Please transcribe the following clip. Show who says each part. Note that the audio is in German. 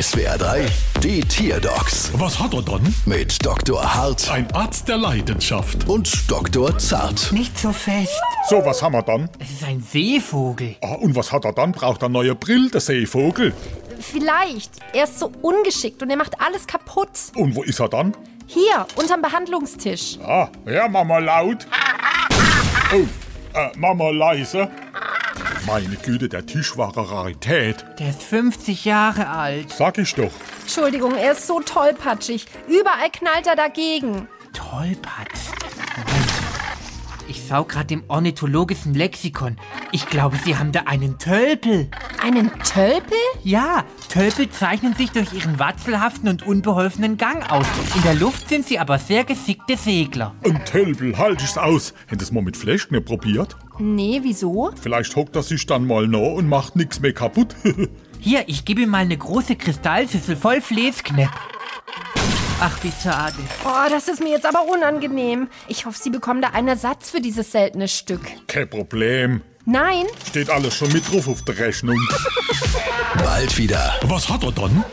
Speaker 1: SWR 3, die Tierdocs
Speaker 2: Was hat er dann?
Speaker 1: mit Dr. Hart
Speaker 2: Ein Arzt der Leidenschaft.
Speaker 1: und Dr. Zart.
Speaker 3: Nicht so fest.
Speaker 2: So, was haben wir dann?
Speaker 3: Es ist ein Seevogel.
Speaker 2: Ah, und was hat er dann? Braucht er neue Brill, der Seevogel?
Speaker 4: Vielleicht. Er ist so ungeschickt und er macht alles kaputt.
Speaker 2: Und wo ist er dann?
Speaker 4: Hier, unterm Behandlungstisch.
Speaker 2: Ah, ja, Mama laut. Oh, äh, Mama leise. Meine Güte, der Tisch war eine Rarität.
Speaker 3: Der ist 50 Jahre alt.
Speaker 2: Sag ich doch.
Speaker 4: Entschuldigung, er ist so tollpatschig. Überall knallt er dagegen.
Speaker 3: Tollpatz. Moment. Ich sau grad im ornithologischen Lexikon. Ich glaube, sie haben da einen Tölpel.
Speaker 4: Einen Tölpel?
Speaker 3: Ja, Tölpel zeichnen sich durch ihren watzelhaften und unbeholfenen Gang aus. In der Luft sind sie aber sehr geschickte Segler.
Speaker 2: Ein Tölpel, halt ich's aus. Hättest mal mit Fleischknepp probiert?
Speaker 4: Nee, wieso?
Speaker 2: Vielleicht hockt er sich dann mal noch und macht nix mehr kaputt.
Speaker 3: Hier, ich gebe ihm mal eine große Kristallschüssel voll Fleesknepp. Ach, wie schade.
Speaker 4: Oh, das ist mir jetzt aber unangenehm. Ich hoffe, Sie bekommen da einen Ersatz für dieses seltene Stück.
Speaker 2: Kein Problem.
Speaker 4: Nein,
Speaker 2: Steht alles schon mit drauf auf der Rechnung.
Speaker 1: Bald wieder.
Speaker 2: Was hat er dann?